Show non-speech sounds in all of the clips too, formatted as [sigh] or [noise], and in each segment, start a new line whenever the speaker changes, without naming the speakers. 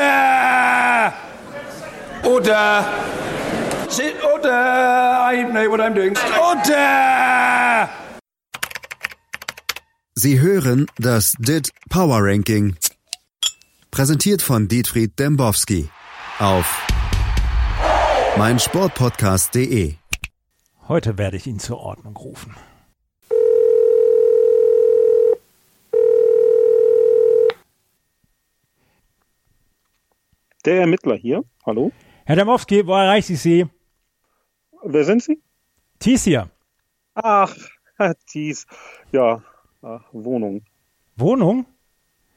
Oder. Oder. Sit. Oder. I know what I'm doing. Oder.
Sie hören das DIT Power Ranking. Präsentiert von Dietfried Dembowski auf meinsportpodcast.de.
Heute werde ich ihn zur Ordnung rufen.
Der Ermittler hier. Hallo.
Herr Demowski, wo erreiche ich Sie?
Wer sind Sie?
Thies hier.
Ach, dies. Ja, ach, Wohnung.
Wohnung?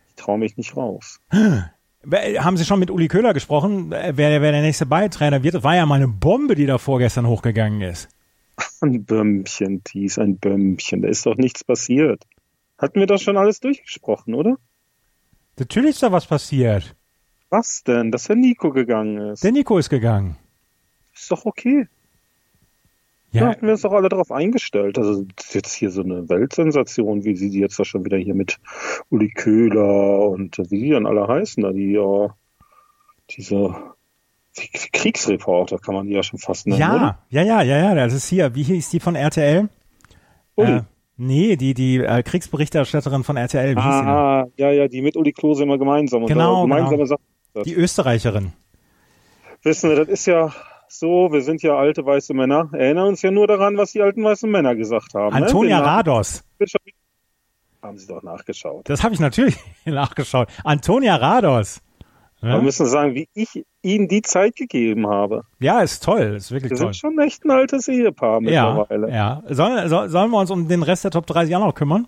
Ich traue mich nicht raus.
Wer- Haben Sie schon mit Uli Köhler gesprochen? Wer, wer der nächste Balltrainer wird? Das war ja mal eine Bombe, die da vorgestern hochgegangen ist.
Ein Bömmchen, dies, ein Bömmchen. Da ist doch nichts passiert. Hatten wir doch schon alles durchgesprochen, oder?
Natürlich ist da was passiert.
Was denn? Dass Herr Nico gegangen ist.
Der Nico ist gegangen.
Ist doch okay. Da
Ja,
hatten wir uns doch alle darauf eingestellt. Also das ist jetzt hier so eine Weltsensation, wie sie die jetzt da schon wieder hier mit Uli Köhler und äh, wie die dann alle heißen, da die ja diese Kriegsreporter kann man die ja schon fast nennen. Oder?
ja, ja, ja, ja, ja, das ist hier. Wie hieß die von RTL?
Uli.
Äh, nee, die, die äh, Kriegsberichterstatterin von RTL. Wie hieß sie denn?
Ah, ja, ja, die mit Uli Klose immer gemeinsam.
Genau,
und da gemeinsame
genau.
Sachen.
Die Österreicherin.
Wissen Sie, das ist ja so, wir sind ja alte weiße Männer, erinnern uns ja nur daran, was die alten weißen Männer gesagt haben.
Antonia
ne? Den
Rados.
Nachgeschaut- Haben Sie doch nachgeschaut.
Das habe ich natürlich [laughs] nachgeschaut. Antonia Rados.
Wir
Ja,
müssen sagen, wie ich Ihnen die Zeit gegeben habe.
ja ist toll. Ist wirklich
Wir
toll.
sind schon echt ein altes Ehepaar
Ja,
mittlerweile.
ja. Sollen, soll, sollen wir uns um den Rest der Top 30 auch noch kümmern?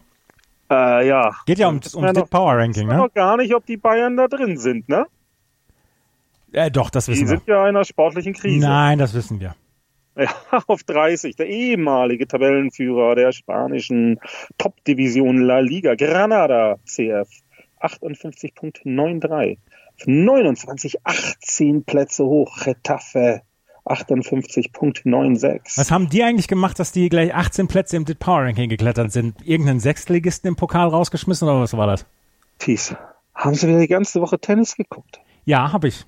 Ja. Äh, ja.
Geht ja um,
Das
um
wär
das
noch-
Power Ranking,
Ich
ne?
noch gar nicht, ob die Bayern da drin sind, ne?
Äh, doch, das
Die
wissen wir.
sind ja in einer sportlichen Krise.
Nein, das wissen wir.
[laughs] Ja, auf 30, der ehemalige Tabellenführer der spanischen Top-Division La Liga, Granada CF, 58.93. Auf 29, 18 Plätze hoch, Retafe, 58.96.
Was haben die eigentlich gemacht, dass die gleich 18 Plätze im DIT Power Ranking geklettert sind? Irgendeinen Sechstligisten im Pokal rausgeschmissen oder was war das?
Thies, haben Sie wieder die ganze Woche Tennis geguckt?
Ja, habe ich.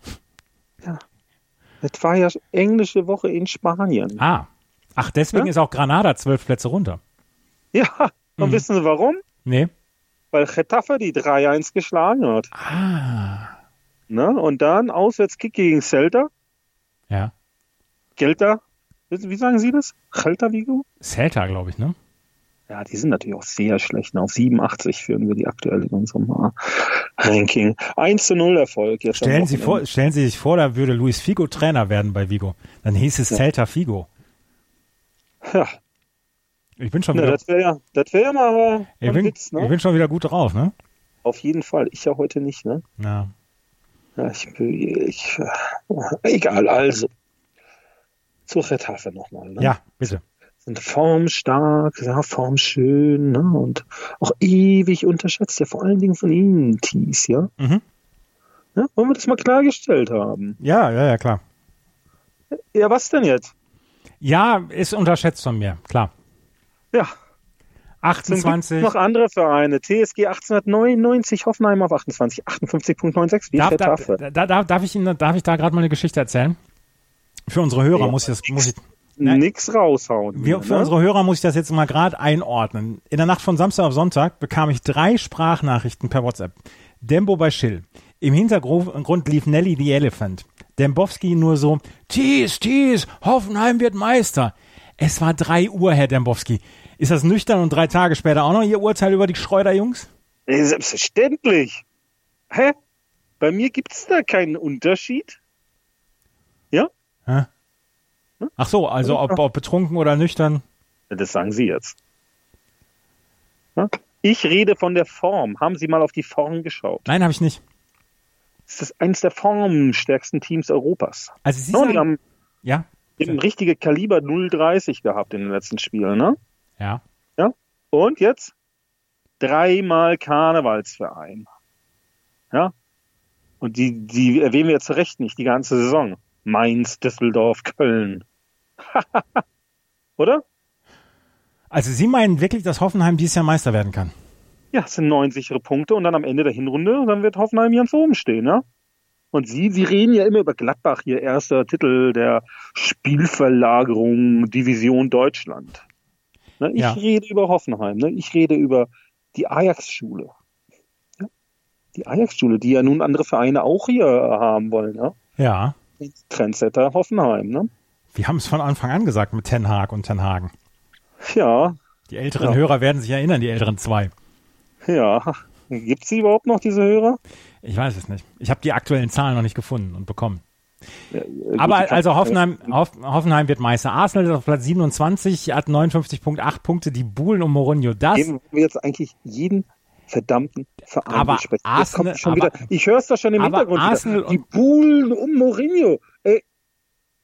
Das war ja englische Woche in Spanien.
Ah. Ach, deswegen
Ja?
ist auch Granada zwölf Plätze runter.
Ja,
Mhm.
und wissen Sie warum?
Nee.
Weil Getafe die 3-1 geschlagen hat.
Ah.
Ne? Und dann Auswärtskick gegen Celta.
Ja.
Gelta, wissen- wie sagen Sie das? Gelta Vigo?
Celta, glaube ich, ne?
Ja, die sind natürlich auch sehr schlecht. ne? Auf 87 führen wir die aktuell in unserem äh, Ranking. 1 zu 0 Erfolg. Jetzt am
Stellen Sie, vor,
Wochenende.
stellen Sie sich vor, da würde Luis Figo Trainer werden bei Vigo. Dann hieß es Celta Figo.
Ja,
Ich bin schon
ne,
wieder,
das wäre ja, das wär ja mal äh,
ich
ein
bin,
Witz,
ich
ne?
bin schon wieder gut drauf, ne?
Auf jeden Fall. Ich ja heute nicht, ne?
Ja.
Ja, ich, ich, äh, egal, also. Zu Retafe nochmal. Ne?
Ja, bitte.
Sind formstark, ja, formschön ne? und auch ewig unterschätzt, ja, vor allen Dingen von Ihnen, Thies, ja?
Mhm.
ja? Wollen wir das mal klargestellt haben?
Ja, ja, ja, klar.
Ja, was denn jetzt?
Ja, ist unterschätzt von mir, klar.
Ja, zum Glück
28.
noch andere Vereine. TSG 1899, Hoffenheim auf 28, 58.96, wie
Darf, darf,
Retafe.
da- darf, darf ich Ihnen, darf ich da gerade mal eine Geschichte erzählen? Für unsere Hörer
Ja.
muss ich das, muss ich, Nein.
Nix raushauen.
wir,
hier,
für
ne?
unsere Hörer muss ich das jetzt mal gerade einordnen. In der Nacht von Samstag auf Sonntag bekam ich drei Sprachnachrichten per WhatsApp. Dembo bei Schill. Im Hintergrund lief Nelly the Elephant. Dembowski nur so, Tees, Tees, Hoffenheim wird Meister. Es war drei Uhr, Herr Dembowski. Ist das nüchtern und drei Tage später auch noch Ihr Urteil über die Schreuder-Jungs?
Ja, Selbstverständlich. Hä? Bei mir gibt's da keinen Unterschied.
Ach so, also ob, ob betrunken oder nüchtern.
Ja, Das sagen Sie jetzt. Ja? Ich rede von der Form. Haben Sie mal auf die Form geschaut?
Nein, habe ich nicht.
Es ist eines der formstärksten Teams Europas.
Also Sie
Ja, und die
sagen,
haben
ja,
eben richtige Kaliber 0,30 gehabt in den letzten Spielen. Ne?
ja.
Und jetzt dreimal Karnevalsverein. Ja? Und die, die erwähnen wir jetzt zu Recht nicht die ganze Saison. Mainz, Düsseldorf, Köln. [laughs] Oder?
Also Sie meinen wirklich, dass Hoffenheim dieses Jahr Meister werden kann?
Ja, es sind neun sichere Punkte und dann am Ende der Hinrunde, dann wird Hoffenheim ganz oben stehen, ne? Und Sie, Sie reden ja immer über Gladbach, Ihr erster Titel der Spielverlagerung Division Deutschland. Ne, ich
Ja.
rede über Hoffenheim, ne? ich rede über die Ajax-Schule. Ja? Die Ajax-Schule, die ja nun andere Vereine auch hier haben wollen. Ne?
Ja.
Trendsetter Hoffenheim. Ne?
Wir haben es von Anfang an gesagt mit Ten Hag und Ten Hagen.
Ja,
Die älteren
Ja.
Hörer werden sich erinnern, die älteren zwei.
ja. Gibt es die überhaupt noch, diese Hörer?
Ich weiß es nicht. Ich habe die aktuellen Zahlen noch nicht gefunden und bekommen.
Äh, gut,
Aber
ich
also
hab-
Hoffenheim, Hoff, Hoffenheim wird Meister. Arsenal ist auf Platz 27, hat 59.8 Punkte, die Buhlen um Mourinho. Das,
Eben wir jetzt eigentlich jeden verdammten Verein
Aber
besprechen. Jetzt kommt
Arsenal-
schon
aber-
wieder, ich höre es doch schon im
aber
Hintergrund.
Arsenal
wieder. Die
und-
Buhlen um Mourinho. Ey,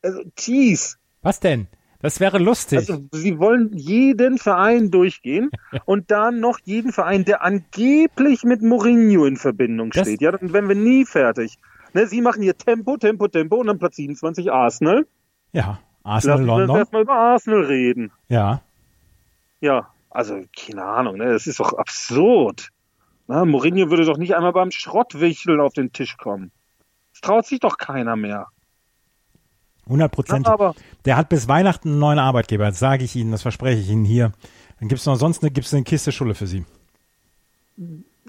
also, cheese.
was denn? Das wäre lustig.
Also, sie wollen jeden
[laughs]
Verein durchgehen und dann noch jeden Verein, der angeblich mit Mourinho in Verbindung
Das-
steht. Ja, dann wären wir nie fertig. Ne, sie machen hier Tempo, Tempo, Tempo und dann Platz 27 Arsenal.
ja, Arsenal
Lassen wir uns
London.
erstmal über Arsenal reden.
Ja,
Ja, also keine Ahnung, ne? das ist doch absurd. Na, Mourinho würde doch nicht einmal beim Schrottwichteln auf den Tisch kommen. Es traut sich doch keiner mehr.
100 Prozent.
Na, aber-
Der hat bis Weihnachten einen neuen Arbeitgeber. Das sage ich Ihnen, das verspreche ich Ihnen hier. Dann gibt's noch sonst eine, gibt's eine Kiste Schulle für Sie.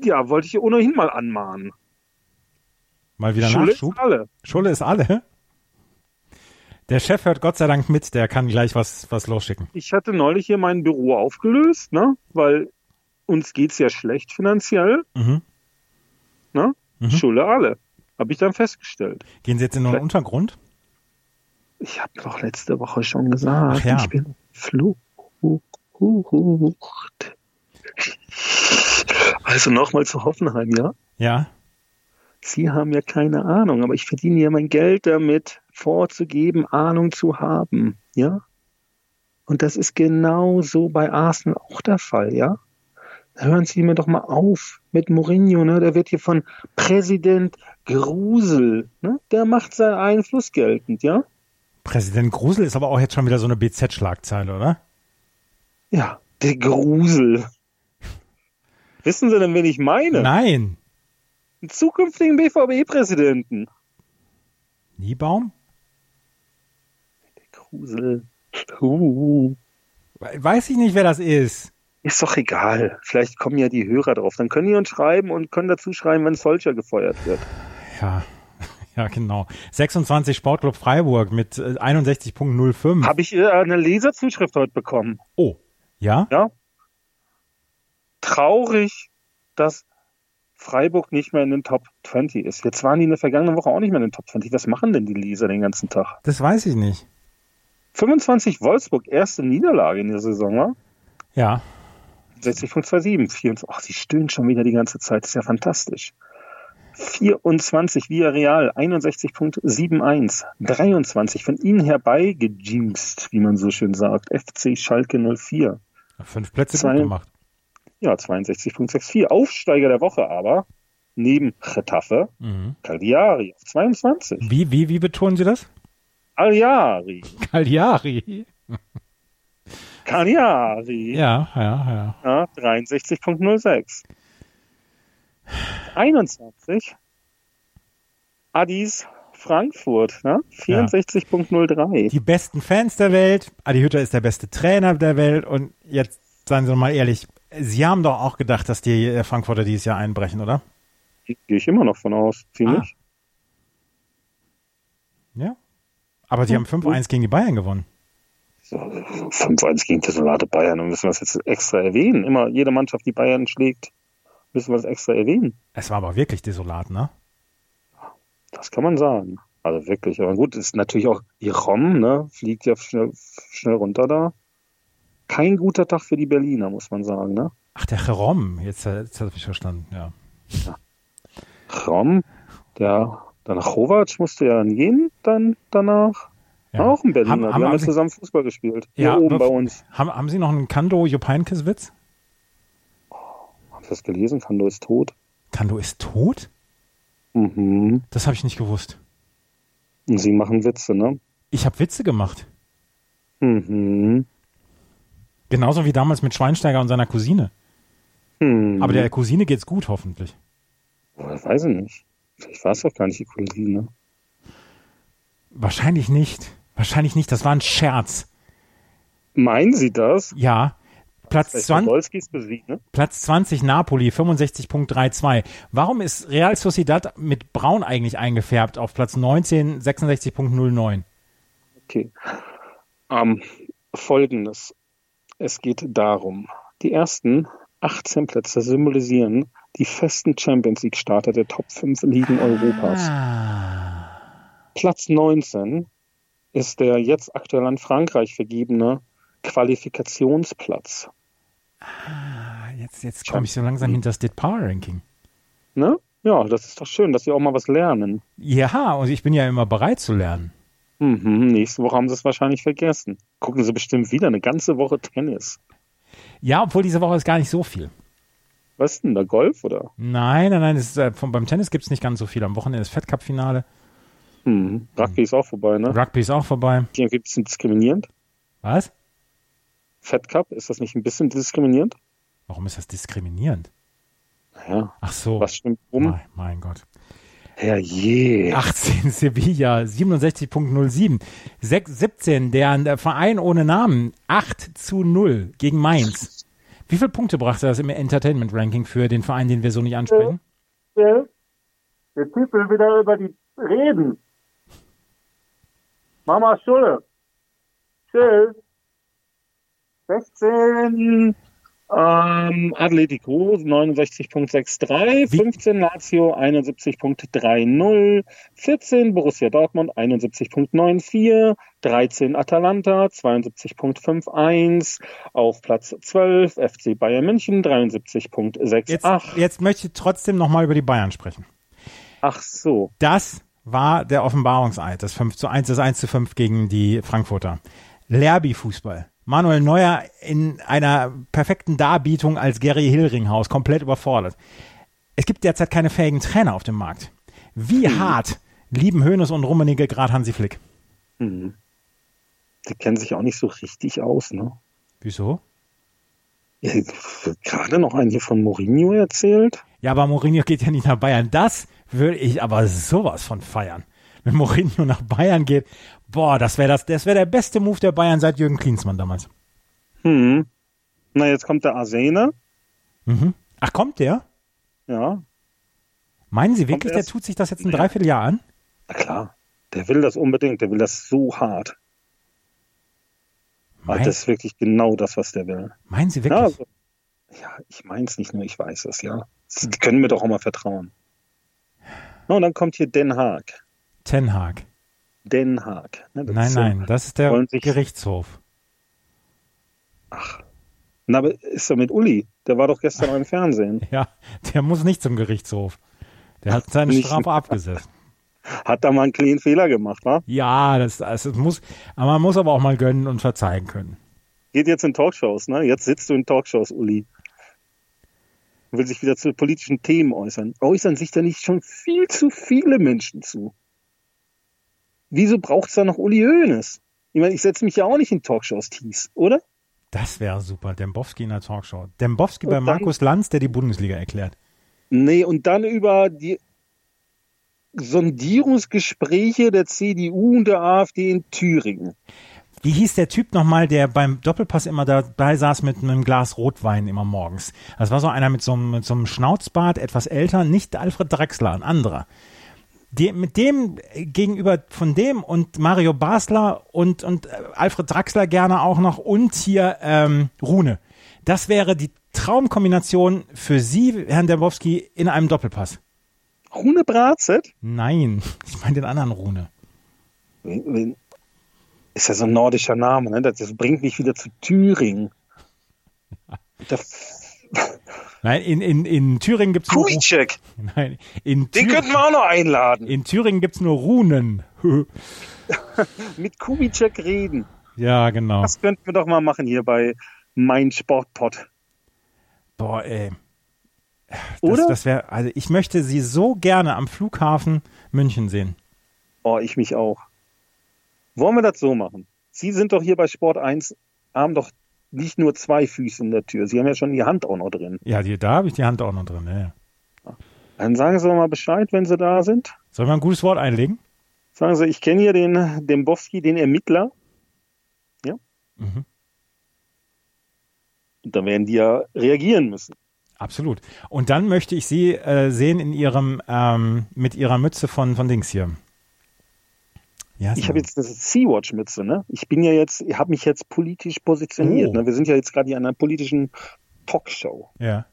Ja, wollte ich ohnehin mal anmahnen.
Mal wieder
Schule
Nachschub.
ist alle.
Schulle ist alle. Der Chef hört Gott sei Dank mit, der kann gleich was, was losschicken.
Ich hatte neulich hier mein Büro aufgelöst, ne? weil uns geht's ja schlecht finanziell.
Mhm.
Ne? Schule alle. Habe ich dann festgestellt.
Gehen Sie jetzt in den
Vielleicht-
Untergrund?
Ich habe doch letzte Woche schon gesagt,
Ach ja.
ich bin Flucht. Also nochmal zu Hoffenheim, ja?
Ja.
Sie haben ja keine Ahnung, aber ich verdiene ja mein Geld damit, vorzugeben, Ahnung zu haben, ja? Und das ist genauso bei Arsenal auch der Fall, ja? Hören Sie mir doch mal auf mit Mourinho, ne? Der wird hier von Präsident Grusel, ne? Der macht seinen Einfluss geltend, ja?
Präsident Grusel ist aber auch jetzt schon wieder so eine BZ-Schlagzeile, oder?
Ja, der Grusel. Wissen Sie denn, wen ich meine?
Nein.
Einen zukünftigen BVB-Präsidenten.
Niebaum?
Der Grusel. Uh.
We- Weiß ich nicht, wer das ist.
Ist doch egal. Vielleicht kommen ja die Hörer drauf. Dann können die uns schreiben und können dazu schreiben, wenn Solcher gefeuert wird.
Ja. [laughs] Ja, genau. 26 Sportclub Freiburg mit äh, 61.05.
Habe ich äh, eine Leserzuschrift heute bekommen.
oh. Ja?
Ja? Traurig, dass Freiburg nicht mehr in den Top 20 ist. Jetzt waren die in der vergangenen Woche auch nicht mehr in den Top 20. Was machen denn die Leser den ganzen Tag?
Das weiß ich nicht.
25 Wolfsburg, erste Niederlage in der Saison, wa?
Ja.
60.27, 24. Ach, sie stöhnen schon wieder die ganze Zeit. Ist ja fantastisch. 24 via Real, 61.71, 23 von ihnen herbei gejinxt, wie man so schön sagt. FC Schalke 04.
Fünf Plätze
Zwei-
gut gemacht.
Ja, 62.64. Aufsteiger der Woche aber, neben Getafe,
Mhm.
Cagliari auf 22.
Wie, wie, wie betonen Sie das? [laughs]
Cagliari,
Cagliari.
Cagliari.
Ja, ja, ja.
Ja, 63.06. 21. Addis Frankfurt, ne? 64.03.
die besten Fans der Welt, Adi Hütter ist der beste Trainer der Welt und jetzt seien Sie doch mal ehrlich, Sie haben doch auch gedacht, dass die äh, Frankfurter dieses Jahr einbrechen, oder?
Gehe ich immer noch von aus, ziemlich.
Ja. Aber sie haben 5-1 gegen die Bayern gewonnen.
So, 5-1 gegen Desolate Bayern, und müssen wir das jetzt extra erwähnen. Immer jede Mannschaft, die Bayern schlägt, müssen wir das extra erwähnen.
Es war aber wirklich desolat, ne?
Das kann man sagen. Also wirklich, aber gut, ist natürlich auch Irom, ne? Fliegt ja schnell, schnell runter da. Kein guter Tag für die Berliner, muss man sagen, ne?
Ach, der Cherom, jetzt, äh, jetzt habe ich verstanden, ja.
Rom, der dann Kovac musste ja dann gehen, dann danach.
ja.
Auch in Berlin. also
Haben,
wir
haben,
haben ja
haben, sie,
zusammen Fußball gespielt.
Ja,
hier oben bei
aber-
uns.
haben, haben Sie noch einen Kando Jopainkes-Witz?
Haben Sie das gelesen? Kando ist tot.
Kando ist tot?
Mhm.
Das habe ich nicht gewusst.
Und Sie machen Witze, ne?
Ich habe Witze gemacht.
Mhm.
Genauso wie damals mit Schweinsteiger und seiner Cousine.
Hm.
Aber der Cousine geht's gut, hoffentlich.
Boah, weiß ich nicht. Vielleicht war es doch gar nicht die Kollegin, ne?
Wahrscheinlich nicht. Wahrscheinlich nicht. Das war ein Scherz.
Meinen Sie das?
Ja. Platz
Vielleicht
20,
Podolski ist besiegt, ne?
Platz 20 Napoli, 65.32. Warum ist Real Sociedad mit Braun eigentlich eingefärbt auf Platz 19, 66.09?
Okay. Ähm, Folgendes. Es geht darum, die ersten 18 Plätze symbolisieren die festen Champions League Starter der Top 5 Ligen Europas. Platz 19 ist der jetzt aktuell an Frankreich vergebene Qualifikationsplatz.
Ah, Jetzt, jetzt komme ich so langsam hinter das Dit Power Ranking.
Ne? Ja, das ist doch schön, dass sie auch mal was lernen.
Ja, und ich bin ja immer bereit zu lernen.
Mhm, nächste Woche haben sie es wahrscheinlich vergessen. Gucken sie bestimmt wieder eine ganze Woche Tennis.
Ja, obwohl diese Woche ist gar nicht so viel.
Was ist denn da, Golf oder?
Nein, nein, nein, es ist, äh, vom, beim Tennis gibt es nicht ganz so viel. Am Wochenende ist Fed Cup-Finale.
Mhm. Rugby ist auch vorbei, ne?
Rugby ist auch vorbei.
Ist Irgendwie ein bisschen diskriminierend.
Was?
Fed Cup, ist das nicht ein bisschen diskriminierend?
Warum ist das diskriminierend?
Naja,
Ach so.
was stimmt rum?
Mein, mein Gott.
Herrje.
18 [laughs] Sevilla, 67.07. Sechs- 17, der, der Verein ohne Namen, 8 zu 0 gegen Mainz. Wie viele Punkte brachte das im Entertainment-Ranking für den Verein, den wir so nicht ansprechen?
der, der Typ will wieder über die reden. Mama Schulle. Tschüss.
16 ähm, Atletico 69.63,
Wie-
15 Lazio 71.30, 14 Borussia Dortmund 71.94, 13 Atalanta 72.51, auf Platz 12 FC Bayern München
Jetzt,
73.68.
jetzt möchte ich trotzdem nochmal über die Bayern sprechen.
Ach so,
Das war der Offenbarungseid, das 5 zu 1, das 1 zu 5 gegen die Frankfurter. Lerby-Fußball. Manuel Neuer in einer perfekten Darbietung als Gary Hillringhaus, komplett überfordert. Es gibt derzeit keine fähigen Trainer auf dem Markt. Wie hart lieben Hoeneß und Rummenigge gerade Hansi Flick?
Hm. die kennen sich auch nicht so richtig aus, ne?
Wieso?
Ja, Gerade noch einen hier von Mourinho erzählt.
Ja, aber Mourinho geht ja nicht nach Bayern. Das würde ich aber sowas von feiern. Wenn Mourinho nach Bayern geht, boah, das wäre das, das wäre der beste Move der Bayern seit Jürgen Klinsmann damals.
Hm. Na, jetzt kommt der Arsene.
Mhm. Ach, kommt der?
Ja,
Meinen Sie wirklich, der
erst-
tut sich das jetzt ein Dreivierteljahr an?
na klar. Der will das unbedingt. Der will das so hart. Aber
Mein-
das ist wirklich genau das, was der will.
Meinen Sie
Ja,
wirklich?
also, ja ich meins nicht nur, ich weiß es, ja. Sie können mir doch auch mal vertrauen. Na, und dann kommt hier Den Haag.
Ten Hag.
Den Haag. Ne, das
Nein,
ist so-
nein, das ist der
wollen sich-
Gerichtshof. [laughs]
Na, aber ist doch mit Uli. Der war doch [laughs] gestern im Fernsehen.
Ja, der muss nicht zum Gerichtshof. Der hat seine
Nicht.
Strafe abgesetzt.
Hat da mal einen kleinen Fehler gemacht, wa?
Ja, das, das muss, aber man muss aber auch mal gönnen und verzeihen können.
Geht jetzt in Talkshows, ne? Jetzt sitzt du in Talkshows, Uli. Und Will sich wieder zu politischen Themen äußern. Äußern sich da nicht schon viel zu viele Menschen zu? Wieso braucht's da noch Uli Hoeneß? Ich meine, ich setze mich ja auch nicht in Talkshows, Thies, oder?
Das wäre super. Dembowski in der Talkshow. Dembowski bei
Und dann-
Markus Lanz, der die Bundesliga erklärt.
Nee, und dann über die Sondierungsgespräche der CDU und der AfD in Thüringen.
Wie hieß der Typ nochmal, der beim Doppelpass immer dabei saß mit einem Glas Rotwein immer morgens? Das war so einer mit so, einem- mit so einem Schnauzbart, etwas älter, nicht Alfred Draxler, ein anderer. Die, mit dem äh, gegenüber von dem und Mario Basler und, und äh, Alfred Draxler gerne auch noch und hier ähm, Rune. Das wäre die Traumkombination für Sie, Herrn Dembowski, in einem Doppelpass.
Rune Bratzett?
Nein, [laughs] ich meine den anderen Rune.
Wen- wen- Ist ja so ein nordischer Name, ne? Das das bringt mich wieder zu
[laughs]
Thüringen. Der
Nein, in, in, in Thüringen gibt's nur. Ru-
Kuicek,
Nein, in
den
Thüringen.
könnten wir auch noch einladen.
In Thüringen gibt es nur Runen. [laughs]
Mit Kubicek reden.
ja, genau.
Das könnten wir doch mal machen hier bei Mein Sportpod.
Boah, ey. Das,
Oder?
Das wäre, also ich möchte sie so gerne am Flughafen München sehen.
Oh, ich mich auch. Wollen wir das so machen? Sie sind doch hier bei Sport 1, haben doch nicht nur zwei Füße in der Tür. Sie haben ja schon die Hand auch noch drin.
Ja, die, da habe ich die Hand auch noch drin. Ja, ja.
Dann sagen Sie doch mal Bescheid, wenn Sie da sind.
Soll man ein gutes Wort einlegen?
Sagen Sie, ich kenne hier den Dembowski, den Ermittler. Ja.
Mhm.
Und dann werden die ja reagieren müssen.
Absolut. Und dann möchte ich Sie äh, sehen in Ihrem, ähm, mit Ihrer Mütze von, von Dings hier. Ja,
Ich habe jetzt eine Sea-Watch-Mütze, ne? Ich bin ja jetzt, ich habe mich jetzt politisch positioniert.
Oh.
Ne? Wir sind ja jetzt gerade in einer politischen Talkshow.
Ja.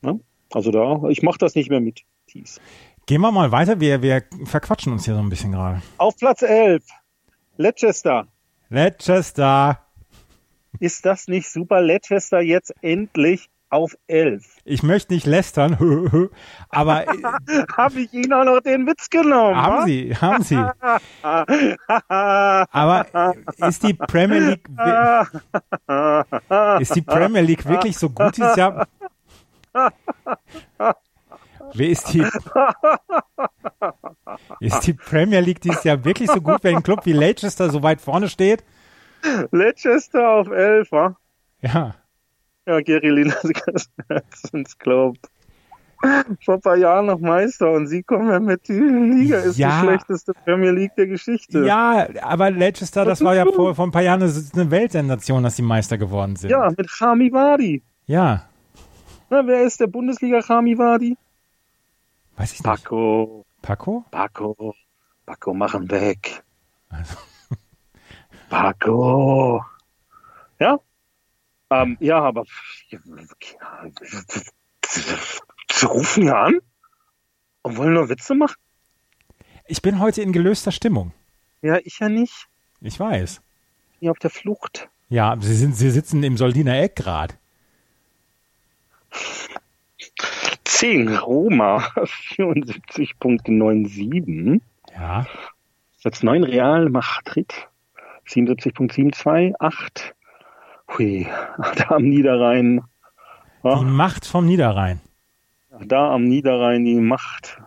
Ne? Also da, ich mache das nicht mehr mit. Thies.
Gehen wir mal weiter. Wir, wir verquatschen uns hier so ein bisschen gerade.
Auf Platz 11, Leicester.
Leicester.
Ist das nicht super? Leicester jetzt endlich auf 11.
Ich möchte nicht lästern, [laughs] hö, hö, aber äh,
Habe ich Ihnen auch noch den Witz genommen?
haben Sie, haben Sie.
[laughs]
Aber ist die Premier League wi- ist die Premier League wirklich so gut dieses Jahr? Wer ist die Ist die Premier League dieses Jahr wirklich so gut, wenn ein Club wie Leicester so weit vorne steht?
Leicester auf 11, wa?
Ja.
Ja, Gary [laughs] Lineker ins Club. Vor ein paar Jahren noch Meister und Sie kommen ja mit. Die Liga ist
Ja.
die schlechteste Premier League der Geschichte.
Ja, aber Leicester, das war ja vor, vor ein paar Jahren eine, eine Weltsensation, dass die Meister geworden sind.
Ja, mit Hami Wadi.
Ja,
Na, wer ist der Bundesliga Hami Wadi?
weiß ich nicht.
Paco,
Paco?
Paco, Paco, machen weg.
Also,
Paco. Ja? Ähm, ja, aber sie rufen ja an und wollen nur Witze machen.
Ich bin heute in gelöster Stimmung.
Ja, ich ja nicht.
Ich weiß.
Hier auf der Flucht.
Ja, sie, sind, sie sitzen im Soldiner Eck gerade.
10 Roma, [laughs] 74.97.
Ja.
Platz 9 Real Madrid, 77.728. Hui, [laughs] da am Niederrhein.
Die
Ja,
Macht vom Niederrhein.
da am Niederrhein die Macht.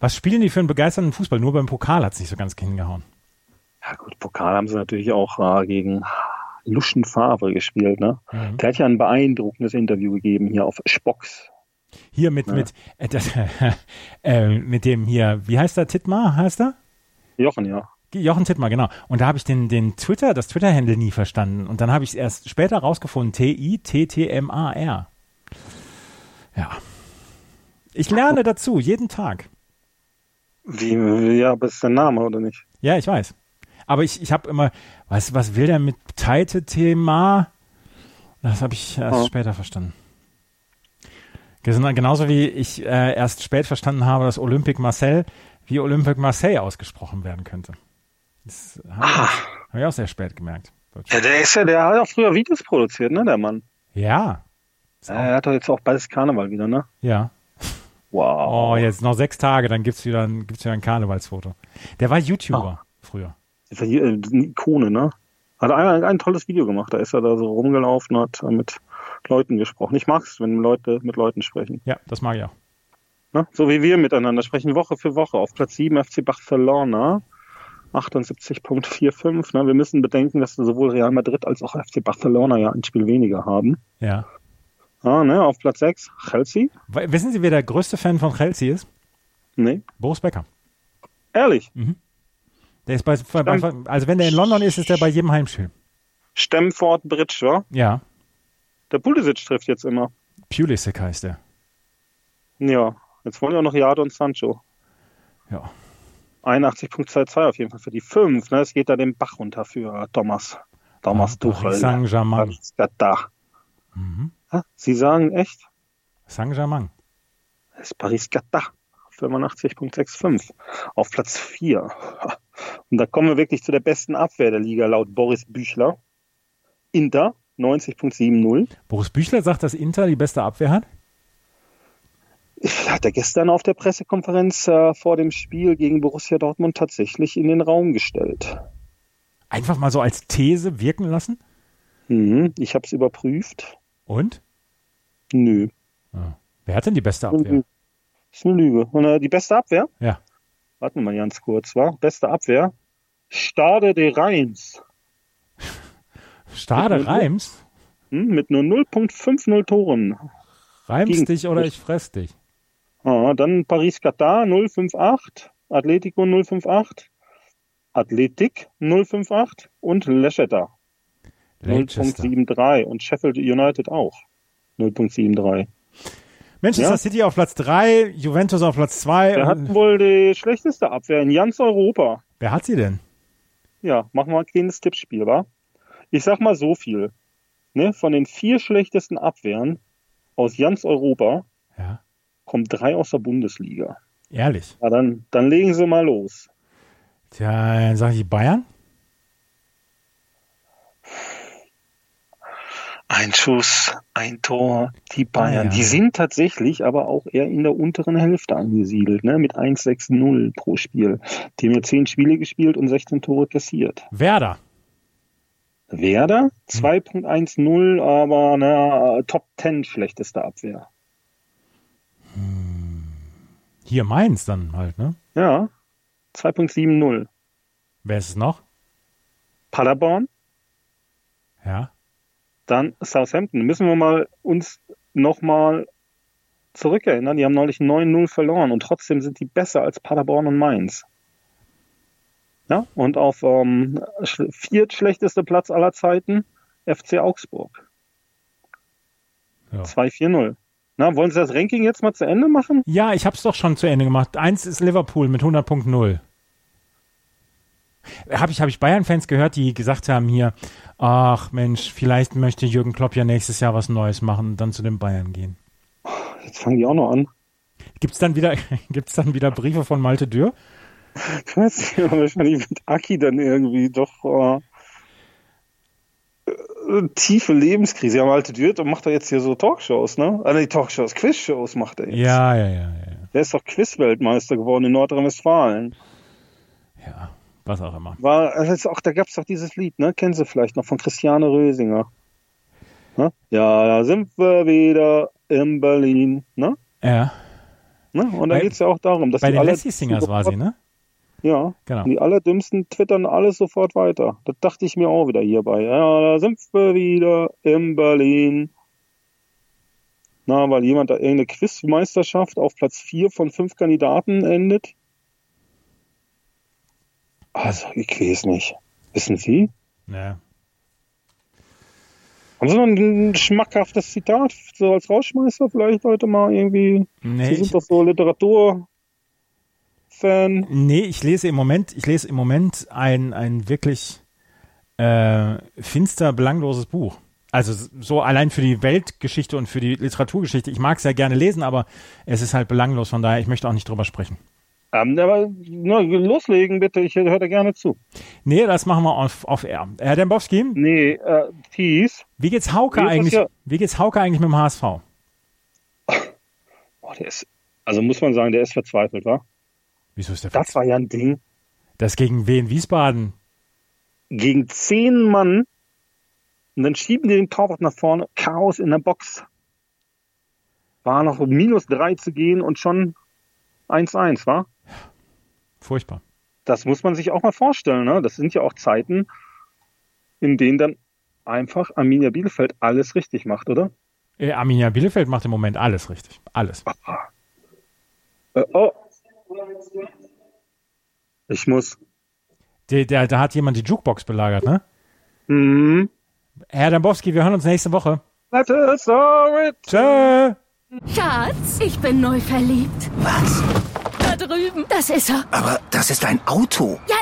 Was spielen die für einen begeisternden Fußball? Nur beim Pokal hat es nicht so ganz hingehauen.
Ja gut, Pokal haben sie natürlich auch äh, gegen Luschen Favre gespielt. Ne?
Mhm.
Der hat ja ein beeindruckendes Interview gegeben hier auf Spox.
Hier mit, mit, äh, das, [laughs] äh, mit dem hier, wie heißt der? Tittmar heißt er?
Jochen, ja.
Jochen Tittmar, genau. Und da habe ich den, den Twitter, das Twitter-Handle nie verstanden. Und dann habe ich es erst später rausgefunden. T-I-T-T-M-A-R. Ja. Ich lerne dazu, jeden Tag.
Wie, ja, aber ist der Name, oder nicht?
Ja, ich weiß. Aber ich, ich habe immer, was, was will der mit Teite Thema? Das habe ich erst
Ja.
später verstanden. Ges- Genauso wie ich äh, erst spät verstanden habe, dass Olympique Marseille wie Olympique Marseille ausgesprochen werden könnte. Das habe ich, hab ich auch sehr spät gemerkt.
Ja, der ist ja, der hat auch früher Videos produziert, ne, der Mann.
Ja,
Äh, Er hat doch jetzt auch bald Karneval wieder, ne?
ja.
Wow.
Oh, jetzt noch sechs Tage, dann gibt's wieder ein, gibt's wieder ein Karnevalsfoto. Der war YouTuber früher.
Das ist ja hier, äh, eine Ikone, ne? Hat ein, ein tolles Video gemacht. Da ist er da so rumgelaufen, hat äh, mit Leuten gesprochen. Ich mag es, wenn Leute mit Leuten sprechen.
Ja, das mag ich auch.
Ne? So wie wir miteinander sprechen, Woche für Woche. Auf Platz 7 FC Barcelona. 78.45. Ne? Wir müssen bedenken, dass sowohl Real Madrid als auch FC Barcelona ja ein Spiel weniger haben.
Ja.
Ah, ne? Auf Platz 6 Chelsea.
We- Wissen Sie, wer der größte Fan von Chelsea ist?
Nee.
Boris Becker.
Ehrlich,
Der ist bei, bei, bei, also wenn der in London ist, ist der bei jedem Heimspiel.
Stamford Bridge, wa?
Ja,
Der Pulisic trifft jetzt immer.
Pulisic heißt der.
Ja, jetzt wollen ja auch noch Jado und Sancho.
Ja.
81.22 auf jeden Fall für die 5. Ne? Es geht da den Bach runter für Thomas. Thomas Tuchel.
Paris Saint-Germain. Mhm.
Paris Qatar. Ha? Sie sagen echt?
Saint-Germain.
Es ist Paris Qatar. 85.65 auf Platz 4. Ha. Und da kommen wir wirklich zu der besten Abwehr der Liga laut Boris Büchler. Inter 90.70.
Boris Büchler sagt, dass Inter die beste Abwehr hat.
hat er gestern auf der Pressekonferenz äh, vor dem Spiel gegen Borussia Dortmund tatsächlich in den Raum gestellt.
Einfach mal so als These wirken lassen.
Mhm, ich habe es überprüft.
Und?
Nö.
Wer hat denn die beste Abwehr?
Mhm. Ist eine Lüge. Und äh, die beste Abwehr?
Ja.
Warten wir mal ganz kurz, war? Beste Abwehr? Stade de Reims.
Stade, reimst.
Hm? Mit nur 0.50 Toren.
Reimst
Gegen-
dich oder ich fress dich.
Ah, dann Paris-Katar 058, Atletico 058, Athletik 058 und Leicester
Leicester.
0.73 und Sheffield United auch 0.73.
Manchester
Ja.
City auf Platz 3, Juventus auf Platz 2.
Der
und-
hat wohl die schlechteste Abwehr in ganz Europa.
Wer hat sie denn?
Ja, machen wir mal ein kleines Tippspiel, wa? Ich sag mal so viel. Ne, von den vier schlechtesten Abwehren aus ganz Europa
Ja,
kommen drei aus der Bundesliga.
ehrlich.
Na dann, dann legen sie mal los.
Tja, dann sage ich Bayern.
Ein Schuss, ein Tor, die Bayern.
Bayern.
Die sind tatsächlich aber auch eher in der unteren Hälfte angesiedelt, ne? mit 1-6-0 pro Spiel. Die haben ja 10 Spiele gespielt und 16 Tore kassiert.
Werder.
Werder 2.10, aber na, Top 10 schlechteste Abwehr.
Hier Mainz dann halt, ne?
Ja, 2.70.
Wer ist es noch?
Paderborn,
Ja.
dann Southampton. Müssen wir mal uns nochmal zurückerinnern. Die haben neulich 9-0 verloren und trotzdem sind die besser als Paderborn und Mainz. Ja, und auf ähm, sch- viertschlechteste Platz aller Zeiten FC Augsburg.
Ja.
2-4-0. Na, wollen Sie das Ranking jetzt mal zu Ende machen?
Ja, ich hab's doch schon zu Ende gemacht. Eins ist Liverpool mit 100.0. Habe ich, hab ich Bayern-Fans gehört, die gesagt haben hier, ach Mensch, vielleicht möchte Jürgen Klopp ja nächstes Jahr was Neues machen und dann zu den Bayern gehen.
Jetzt fangen die auch noch an.
Gibt's dann wieder, [laughs] gibt's dann wieder Briefe von Malte Dürr?
Ich weiß nicht, aber [laughs] wahrscheinlich wird Aki dann irgendwie doch äh, äh, tiefe Lebenskrise. Ja, alte Dürt und macht doch jetzt hier so Talkshows, ne? Ah, nee, Talkshows, Quizshows macht er jetzt.
Ja, ja, ja, ja, ja.
Der ist doch Quizweltmeister geworden in Nordrhein-Westfalen.
Ja, was auch immer.
War, also jetzt auch, da gab es doch dieses Lied, ne? Kennen Sie vielleicht noch von Christiane Rösinger. Ne? Ja, da sind wir wieder in Berlin, ne?
Ja,
ne? Und da
Bei-
geht es ja auch darum, dass
bei
die
den
alle-
Lassie-Singers war sie, ne?
Ja,
Genau.
die Allerdümmsten twittern alles sofort weiter. Das dachte ich mir auch wieder hierbei. Ja, da sind wir wieder in Berlin. Na, weil jemand da irgendeine Quizmeisterschaft auf Platz 4 von 5 Kandidaten endet? Also, ich weiß nicht. Wissen Sie?
Ja.
Haben Sie noch ein schmackhaftes Zitat so als Rausschmeißer vielleicht heute mal irgendwie?
Nee,
Sie sind
ich,
doch so Literaturfan.
nee, ich lese im Moment, ich lese im Moment ein, ein wirklich äh, finster, belangloses Buch. Also s- so allein für die Weltgeschichte und für die Literaturgeschichte. Ich mag es ja gerne lesen, aber es ist halt belanglos, von daher, ich möchte auch nicht drüber sprechen.
Ähm, aber na, loslegen bitte, ich höre da gerne zu.
Nee, das machen wir auf, auf Air. Herr Dembowski,
Nee, äh, Thies.
wie geht's Hauke
Wie ist das
eigentlich,
hier?
wie geht's Hauke eigentlich mit dem HSV?
Boah, der ist, also muss man sagen, der ist verzweifelt, wa?
Wieso ist der
Das war ja ein Ding.
Das gegen wen? Wiesbaden?
Gegen zehn Mann und dann schieben die den Torwart nach vorne. Chaos in der Box. War noch minus drei zu gehen und schon 1-1, wa?
Furchtbar.
Das muss man sich auch mal vorstellen, ne? Das sind ja auch Zeiten, in denen dann einfach Arminia Bielefeld alles richtig macht, oder?
Äh, Arminia Bielefeld macht im Moment alles richtig. Alles.
Äh, oh. Ich muss.
Der, der, da hat jemand die Jukebox belagert, ne?
Mhm.
Herr Dambowski, wir hören uns nächste Woche.
Let us all
Tschö.
Schatz, ich bin neu verliebt.
Was?
Da drüben. Das ist er.
Aber das ist ein Auto.
Ja,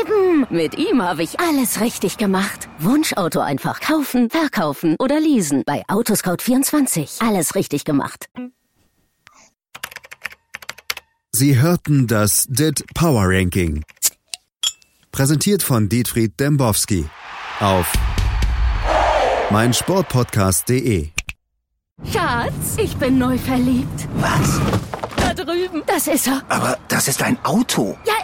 eben. Mit ihm habe ich alles richtig gemacht. Wunschauto einfach kaufen, verkaufen oder leasen. Bei Autoscout24. Alles richtig gemacht.
Sie hörten das DIT Power Ranking. Präsentiert von Dietfried Dembowski auf meinsportpodcast.de.
Schatz, ich bin neu verliebt.
Was?
Da drüben. Das ist er.
Aber das ist ein Auto.
Ja,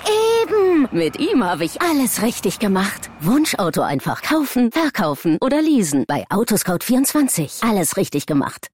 eben. Mit ihm habe ich alles richtig gemacht. Wunschauto einfach kaufen, verkaufen oder leasen. Bei Autoscout24. Alles richtig gemacht.